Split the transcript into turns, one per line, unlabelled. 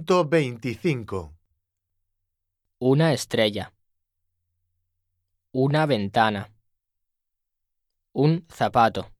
1.25.
Una estrella. Una ventana. Un zapato.